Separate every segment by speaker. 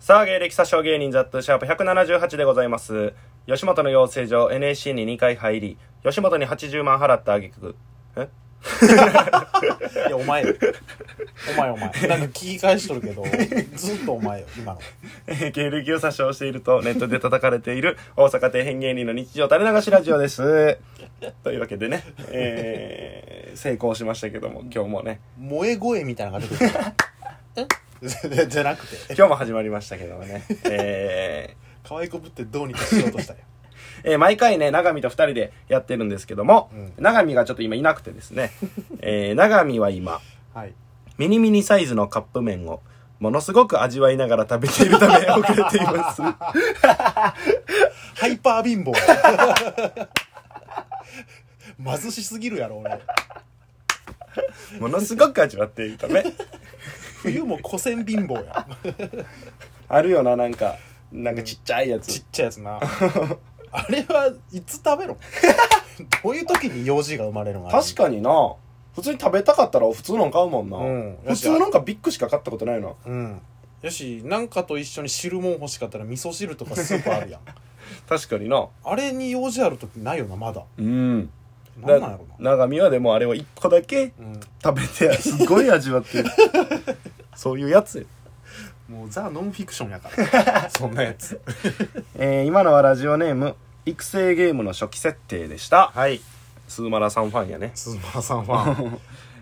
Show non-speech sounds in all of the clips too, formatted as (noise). Speaker 1: さあ、芸歴詐称芸人ザットシャープ178でございます。吉本の養成所 NAC に2回入り、吉本に80万払った挙句、 (laughs) え
Speaker 2: いや、お前よ。お前お前。なんか聞き返しとるけど、ずっとお前よ、今の。
Speaker 1: えー芸歴を詐称しているとネットで叩かれている (laughs) 大阪底辺芸人の日常垂れ流しラジオです。 (laughs) というわけでね、えー成功しましたけども、今日もね、
Speaker 2: 萌え声みたいなのが出てくる。えじゃなくて、
Speaker 1: 今日も始まりましたけどもね、えー
Speaker 2: 可愛い子ぶってどうにかしようとしたよ。
Speaker 1: えー毎回ね、長見と二人でやってるんですけども、
Speaker 2: うん
Speaker 1: 長見がちょっと今いなくてですね、えー長見は今、
Speaker 2: はい。
Speaker 1: ミニミニサイズのカップ麺を、ものすごく味わいながら食べているため遅れてい (laughs) ます。
Speaker 2: ハイパー貧乏や。貧しすぎるやろ、俺。
Speaker 1: ものすごく味わっているため。
Speaker 2: 冬も古戦貧乏や。
Speaker 1: あるよな、なんか、なんかちっちゃいや
Speaker 2: ち
Speaker 1: つ
Speaker 2: っ。ちゃいやつな。あれはいつ食べろどういう時に用事が生まれるの
Speaker 1: 確かにな、普通に食べたかったら普通の買うもんな。
Speaker 2: うん
Speaker 1: 普通なんかビッグしか買ったことないな。
Speaker 2: に。うん。よし、なんかと一緒に汁もん欲しかったら味噌汁とかスープあるやん。
Speaker 1: 確かにな。
Speaker 2: あれに用事ある時ないよなまだ
Speaker 1: うん。
Speaker 2: なんなんやろな
Speaker 1: 長見はでもあれを一個だけ
Speaker 2: う
Speaker 1: 食べて、すごい味わって (laughs) る。そういうやつよ
Speaker 2: ん、もうザ・ノンフィクションやから (laughs) そんなやつ
Speaker 1: えー今のはラジオネーム育成ゲームの初期設定でしたはいスーマラさんファンやね、
Speaker 2: 鈴間さんフ (laughs) ァン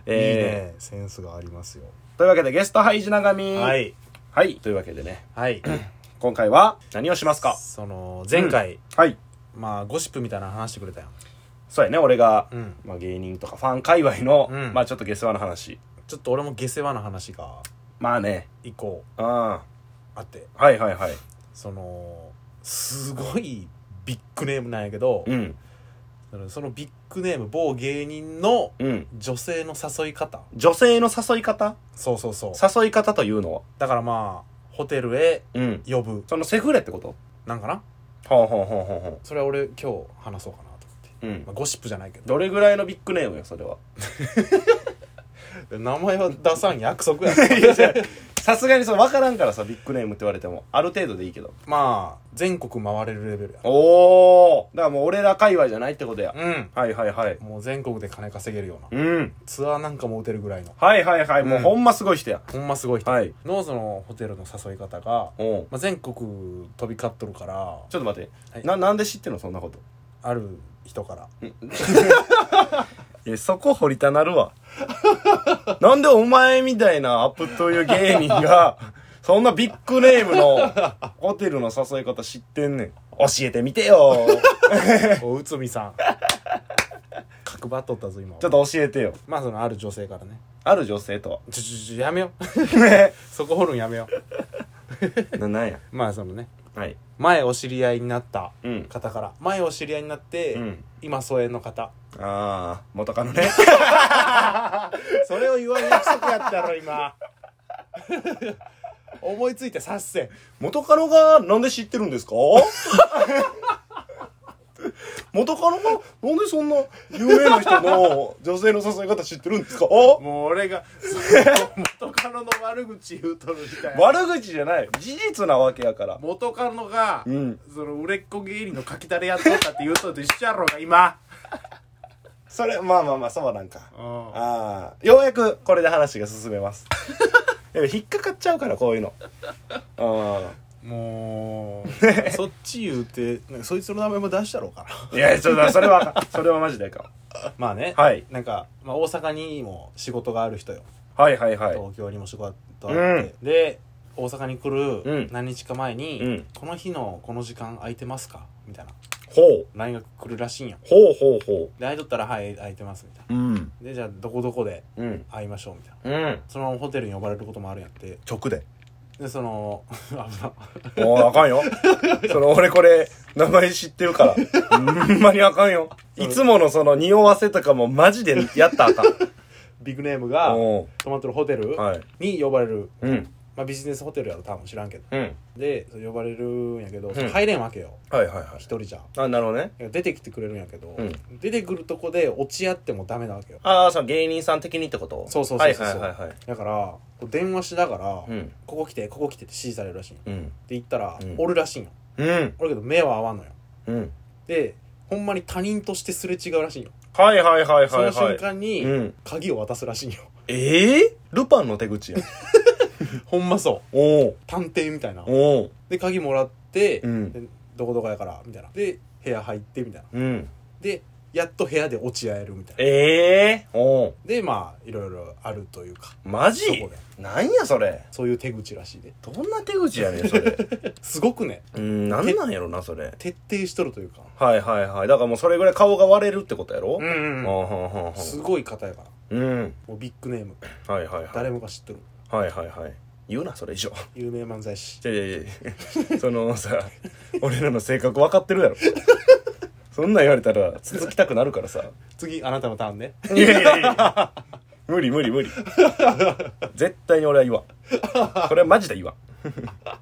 Speaker 1: え
Speaker 2: いいねセンスがありますよ
Speaker 1: ーというわけでゲストハイジ長見
Speaker 2: はい
Speaker 1: はいというわけでね
Speaker 2: はい
Speaker 1: 今回は何をしますか
Speaker 2: その前回、
Speaker 1: はい
Speaker 2: まあゴシップみたいなの話してくれたやん
Speaker 1: そうやね俺が、
Speaker 2: うん
Speaker 1: まあ、芸人とかファン界隈の、
Speaker 2: うん
Speaker 1: まあちょっと下世話の話
Speaker 2: ちょっと俺も下世話な話が
Speaker 1: まあね
Speaker 2: 一個
Speaker 1: あ
Speaker 2: あって
Speaker 1: あはいはいはい
Speaker 2: そのすごいビッグネームなんやけど、
Speaker 1: うん
Speaker 2: そのそのビッグネーム某芸人の
Speaker 1: うん
Speaker 2: 女性の誘い方
Speaker 1: 女性の誘い方
Speaker 2: そうそうそう
Speaker 1: 誘い方というのは
Speaker 2: だからまあホテルへ
Speaker 1: うん
Speaker 2: 呼ぶ
Speaker 1: そのセフレってこと
Speaker 2: なんかな
Speaker 1: ほうほうほうほうほ
Speaker 2: それは俺今日話そうかなと思って、
Speaker 1: ううん
Speaker 2: まあ、ゴシップじゃないけど
Speaker 1: どれぐらいのビッグネームよそれは
Speaker 2: (laughs)
Speaker 1: (laughs)
Speaker 2: 名前は出さん約束 (laughs) や
Speaker 1: さすがにその分からんからさビッグネームって言われてもある程度でいいけど
Speaker 2: まあ全国回れるレベルや
Speaker 1: おおだからもう俺ら界隈じゃないってことや、
Speaker 2: うん
Speaker 1: はいはいはい
Speaker 2: もう全国で金稼げるような
Speaker 1: うん
Speaker 2: ツアーなんかも打てるぐらいの
Speaker 1: はいはいはい、もううんほんますごい人や
Speaker 2: ほんますごい人、
Speaker 1: はい
Speaker 2: ノーズのホテルの誘い方が、
Speaker 1: おう
Speaker 2: まあ、全国飛び交っとるから
Speaker 1: ちょっと待って、
Speaker 2: はい
Speaker 1: ななんで知ってんのそんなこと
Speaker 2: ある人から
Speaker 1: いやそこ掘りたなるわ (laughs) なんでお前みたいなアップという芸人 (laughs) がそんなビッグネームのホテルの誘い方知ってんねん教えてみて (laughs) よ
Speaker 2: 「お内海さん」角張っとったぞ今
Speaker 1: ちょっと教えてよ
Speaker 2: まあそのある女性からね
Speaker 1: ある女性とは
Speaker 2: 「ちょちょちょやめよ (laughs) う
Speaker 1: ね
Speaker 2: そこ掘るんやめよう
Speaker 1: ななんや」
Speaker 2: まあそのね
Speaker 1: はい
Speaker 2: 前お知り合いになった
Speaker 1: うん
Speaker 2: 方から前お知り合いになって、
Speaker 1: うん
Speaker 2: 今疎遠の方
Speaker 1: ああ元カノね
Speaker 2: それを言わん約束やったろ今 (laughs) 思いついて察せん
Speaker 1: 元カノがなんで知ってるんですか (laughs) 元カノがなんでそんな有名な人の女性の誘い方知ってるんですか
Speaker 2: もう俺が元カノの悪口言うとるみたいな
Speaker 1: 悪口じゃない事実なわけやから
Speaker 2: 元カノが、
Speaker 1: うん
Speaker 2: その売れっ子芸人の書き垂れやっとったって言うとると一緒やろうが今、
Speaker 1: それまあまあまあそうなんか
Speaker 2: うん
Speaker 1: ああようやくこれで話が進めますで (laughs) も引っかかっちゃうからこういうのう
Speaker 2: (laughs) もうそっち言うてなんかそいつの名前も出したろうかなん
Speaker 1: いやちょっとそれはそれはマジであか
Speaker 2: まあね、
Speaker 1: はい
Speaker 2: なんか、まあ、大阪にも仕事がある人よ
Speaker 1: んはいはいはい
Speaker 2: 東京にも仕事あって、で大阪に来
Speaker 1: うん
Speaker 2: る何日か前に、
Speaker 1: うん
Speaker 2: この日のこの時間空いてますかみたいな
Speaker 1: ほう
Speaker 2: LINE が来るらしいんよ
Speaker 1: ほうほうほ
Speaker 2: で空いとったら「はい空いてます」みたいう
Speaker 1: うん
Speaker 2: なでじゃあどこどこで
Speaker 1: うん
Speaker 2: 会いましょうみたいな
Speaker 1: うん
Speaker 2: そのホテルに呼ばれることもあるんやって
Speaker 1: 直で
Speaker 2: でその (laughs) 危な
Speaker 1: おーあかんよ。その、俺これ、名前知ってるから。ほんまにあかんよ。いつものその、匂わせとかもマジでやったらあかん。
Speaker 2: ビッグネームが
Speaker 1: お
Speaker 2: 泊まってるホテル
Speaker 1: ーはい。
Speaker 2: に呼ばれる
Speaker 1: うん。
Speaker 2: まあ、ビジネスホテルやろ多分知らんけど
Speaker 1: うん。
Speaker 2: で呼ばれるんやけど、
Speaker 1: ん
Speaker 2: 入れんわけよ
Speaker 1: はいはいは
Speaker 2: 一
Speaker 1: い。
Speaker 2: 人じゃ
Speaker 1: あ、なるほどね。
Speaker 2: 出てきてくれるんやけど、
Speaker 1: うん
Speaker 2: 出てくるとこで落ち合ってもダメなわけよ
Speaker 1: ああ、その芸人さん的にってこと
Speaker 2: そうそう
Speaker 1: はい
Speaker 2: そ
Speaker 1: う
Speaker 2: そう
Speaker 1: はいはいはい。
Speaker 2: だからこう電話しながら、
Speaker 1: うん。
Speaker 2: ここ来てここ来てって指示されるらしいんよっ
Speaker 1: うん。
Speaker 2: て言ったら、
Speaker 1: うん
Speaker 2: おるらしいんよ
Speaker 1: うん。
Speaker 2: おるけど目は合わんのよ
Speaker 1: うん。
Speaker 2: でほんまに他人としてすれ違うらしいんよ、
Speaker 1: はいはいはいはいはい。
Speaker 2: その瞬間に、
Speaker 1: うん
Speaker 2: 鍵を渡すらしいんよ
Speaker 1: ええルパンの手口や。
Speaker 2: (laughs) ほんまそう
Speaker 1: おう
Speaker 2: 探偵みたいな
Speaker 1: おう
Speaker 2: で鍵もらって、
Speaker 1: うん
Speaker 2: でどこどこやからみたいなで部屋入ってみたいな
Speaker 1: うん。
Speaker 2: でやっと部屋で落ち合えるみたいな
Speaker 1: ええおう
Speaker 2: でまあいろいろあるというか
Speaker 1: マ
Speaker 2: そ
Speaker 1: ジ
Speaker 2: こで
Speaker 1: なんやそれ。
Speaker 2: そういう手口らしいで (laughs)
Speaker 1: どんな手口やねん、それ。
Speaker 2: すごくね
Speaker 1: (laughs) うん、なんなんやろな、それ。
Speaker 2: 徹底しとるというか
Speaker 1: はいはいはい。だからもうそれぐらい顔が割れるってことやろ
Speaker 2: ん
Speaker 1: ああはんはんはん
Speaker 2: すごい方やから
Speaker 1: うん。
Speaker 2: もうビッグネーム
Speaker 1: はいはいはい。
Speaker 2: 誰もが知っとる
Speaker 1: はいはいはい。言うな、それ以上。
Speaker 2: 有名漫才師
Speaker 1: いやいやいやそのさ俺らの性格分かってるやろそんなん言われたら続きたくなるからさ
Speaker 2: 次あなたのターンね
Speaker 1: (laughs) いやいやいや無理無理無理絶対に俺は言わんそれはマジで言わん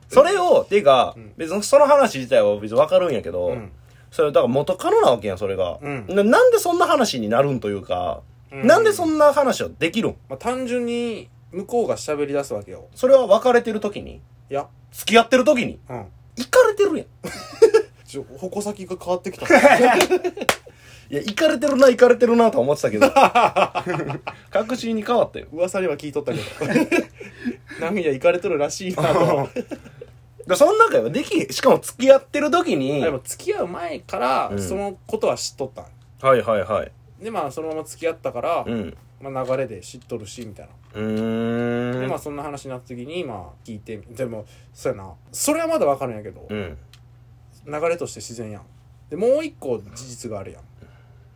Speaker 1: それをていうか、別にその話自体は別に分かるんやけど、
Speaker 2: うん
Speaker 1: それだから元カノなわけやんそれが、
Speaker 2: うん
Speaker 1: ななんでそんな話になるんというか、
Speaker 2: うん
Speaker 1: なんでそんな話はできるん
Speaker 2: まあ単純に向こうが喋り出すわけよ
Speaker 1: それは別れてる時に
Speaker 2: いや
Speaker 1: 付き合ってる時に
Speaker 2: うん
Speaker 1: 行かれてるやん
Speaker 2: ちょ矛先が変わって
Speaker 1: (laughs)
Speaker 2: きた
Speaker 1: いや、行かれてるな、行かれてるなとは思ってたけ
Speaker 2: (laughs)
Speaker 1: ど。確信に変わったよ。
Speaker 2: 噂には聞いとったけど (laughs) 涙いかれとるらしいなと
Speaker 1: でその中ではでき、しかも付き合ってる時に。
Speaker 2: でも付き合う前から、
Speaker 1: うん
Speaker 2: そのことは知っとったん
Speaker 1: はいはいはい。
Speaker 2: でまあそのまま付き合ったから、
Speaker 1: うん。
Speaker 2: まあ、流れで知っとるしみたいな、
Speaker 1: うーん。
Speaker 2: でまあそんな話になった時にまあ聞いてでもそうやなそれはまだわかるんやけど、
Speaker 1: うん。
Speaker 2: 流れとして自然やんでもう一個事実があるやん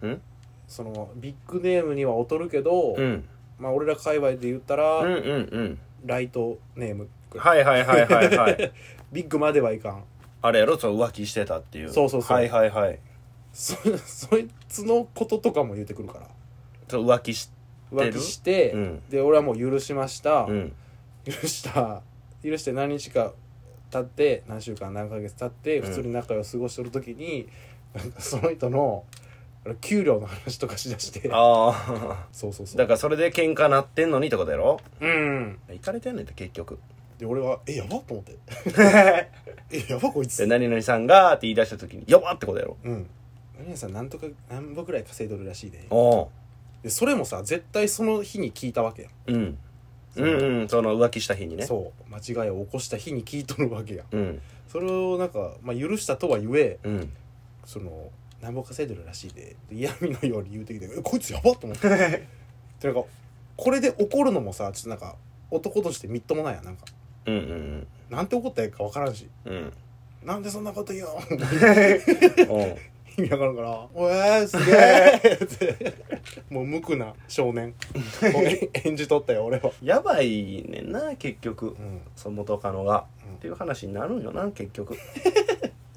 Speaker 1: ん
Speaker 2: そのビッグネームには劣るけど、
Speaker 1: うん。
Speaker 2: まあ俺ら界隈で言ったら、
Speaker 1: うんうん
Speaker 2: ライトネーム
Speaker 1: うん。はいはいはいはい
Speaker 2: (laughs)
Speaker 1: はい。
Speaker 2: ビッグまではいかん
Speaker 1: あれやろ、そう浮気してたっていう。
Speaker 2: そうそうそう
Speaker 1: はいはいはい。
Speaker 2: そ (laughs) そいつのこととかも言ってくるから
Speaker 1: そう浮気し、
Speaker 2: 浮気して、
Speaker 1: うん
Speaker 2: で俺はもう許しました、
Speaker 1: うん。
Speaker 2: 許した許して何日か経って何週間何ヶ月経って
Speaker 1: うん
Speaker 2: 普通に仲良く過ごしてる時に、なんかその人のあの給料の話とかしだして
Speaker 1: ああ。
Speaker 2: そうそうそう
Speaker 1: だからそれで喧嘩なってんのにってことやろ
Speaker 2: うん
Speaker 1: 行かれてんねんって結局。
Speaker 2: で俺は「えやば?」と思って「えやばこい
Speaker 1: で、
Speaker 2: つ」
Speaker 1: 何々さんがって言い出した時に、やばってことやろ
Speaker 2: うん「何々さんなんとか何ぼぐらい稼いどるらしいで
Speaker 1: おう」
Speaker 2: でそれもさ絶対その日に聞いたわけやん
Speaker 1: うん。うんうん、その浮気した日にね。
Speaker 2: そう間違いを起こした日に聞いとるわけやん
Speaker 1: うん。
Speaker 2: それをなんか、まあ、許したとはゆえ
Speaker 1: うん。
Speaker 2: その何ぼ稼いでるらしいでで嫌味のように言うてきて「えこいつやば!」と思ってでなんかこれで怒るのもさちょっとなんか男としてみっともないやんなんか
Speaker 1: うんうん
Speaker 2: なんて怒ったらいいか分からんし
Speaker 1: うん。
Speaker 2: (laughs)
Speaker 1: うん。
Speaker 2: なんでそんなこと言うの
Speaker 1: おう
Speaker 2: 意味分からんから「おえすげえ!」って (laughs) もう無垢な少 (laughs) 年を演演じとったよ俺は、
Speaker 1: やばいねんな、結局
Speaker 2: う。ん、
Speaker 1: その元カノが。
Speaker 2: うん
Speaker 1: っていう話になるんよな、結局。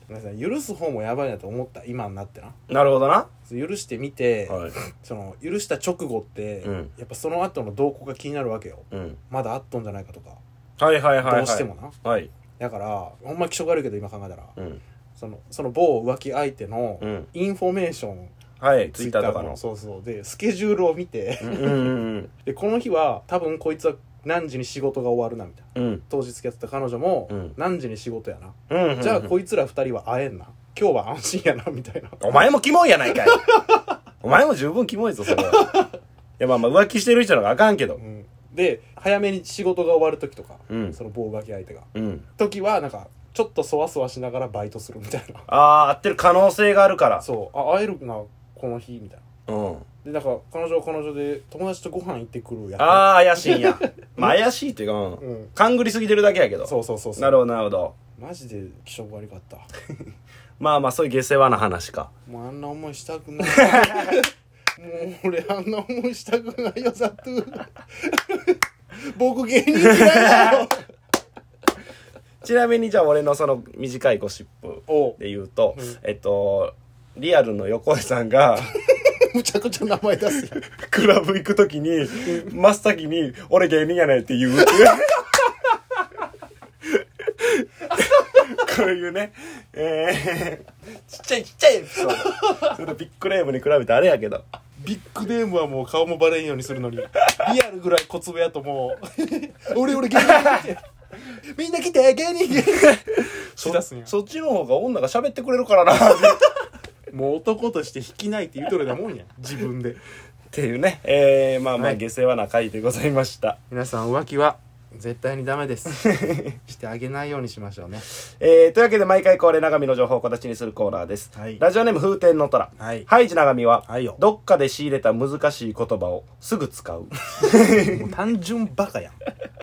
Speaker 2: 皆さん許す方もやばいなと思った今になってな
Speaker 1: なるほどな。
Speaker 2: 許してみて、
Speaker 1: はい。
Speaker 2: その許した直後って、
Speaker 1: うん
Speaker 2: やっぱその後の動向が気になるわけよ
Speaker 1: うん。
Speaker 2: まだあっとんじゃないかとか
Speaker 1: はいはいはい、はい。
Speaker 2: どうしても。な、
Speaker 1: はい。
Speaker 2: だからほんま気性があるけど今考えたら
Speaker 1: うん。
Speaker 2: そのその某浮気相手の
Speaker 1: うん。
Speaker 2: インフォメーション、
Speaker 1: はい、ツイッターとかの。
Speaker 2: そうそうでスケジュールを見て
Speaker 1: うんうん
Speaker 2: でこの日は多分こいつは何時に仕事が終わるなみたいな
Speaker 1: うん。うん。
Speaker 2: 当日付き合ってた彼女も、
Speaker 1: うん
Speaker 2: 何時に仕事やな、
Speaker 1: うん、うん。
Speaker 2: じゃあこいつら二人は会えんな今日は安心やなみたいな
Speaker 1: お前もキモいやないかい。 (laughs) お前も十分キモいぞ、それは。いや、まあまあ、浮気してる人の方があかんけど
Speaker 2: う。んで早めに仕事が終わる時とか、
Speaker 1: うん
Speaker 2: その某浮気相手が
Speaker 1: うん。
Speaker 2: 時はなんかちょっとそわそわしながらバイトするみたい
Speaker 1: (laughs)
Speaker 2: な
Speaker 1: ああ、合ってる可能性があるから。
Speaker 2: そうあ会えるなこの日みたいな
Speaker 1: うん。
Speaker 2: でなんか彼女は彼女で友達とご飯行ってくるやつ
Speaker 1: ああ、怪しいんや。 (laughs) まあ、怪しいっていうか、うん
Speaker 2: うん
Speaker 1: 勘ぐりすぎてるだけやけど。
Speaker 2: そうそうそうそう
Speaker 1: なるほど、なるほど。
Speaker 2: マジで気色悪かった
Speaker 1: まあまあ、そういう下世話な話か。
Speaker 2: もうあんな思いしたくないもう俺あんな思いしたくないよザトゥー僕芸人嫌いだよ
Speaker 1: ちなみに、じゃあ俺のその短いゴシップ
Speaker 2: おう
Speaker 1: で言うと
Speaker 2: うん、
Speaker 1: えっと、リアルの横井さんが、
Speaker 2: (laughs) むちゃくちゃ名前出すやん
Speaker 1: ク
Speaker 2: (laughs)
Speaker 1: ラブ行くときに、真っ先に、俺芸人やねんって言うっていう。そういうね、えー、ちっちゃいちっちゃいエピソード。それとビッグネームに比べてあれやけど。
Speaker 2: ビッグネームはもう顔もバレんようにするのにリアルぐらい小粒やともう俺俺芸人来てみんな来て芸人芸人しだすんや
Speaker 1: そっちの方が女が喋ってくれるからな、っ
Speaker 2: もう男として引きないって言うとるだもんや自分で
Speaker 1: ていうね。えー、まあま
Speaker 2: は
Speaker 1: あ、
Speaker 2: い
Speaker 1: 下世話な回でございました。
Speaker 2: 皆さん浮気は絶対にダメです (laughs) してあげないようにしましょうね
Speaker 1: えー、というわけで毎回恒例長見の情報を形にするコーナーです。
Speaker 2: はい
Speaker 1: ラジオネーム風天の虎。
Speaker 2: はい
Speaker 1: ハイジ長見は、
Speaker 2: はいよ
Speaker 1: どっかで仕入れた難しい言葉をすぐ使う。
Speaker 2: もう単純バカやん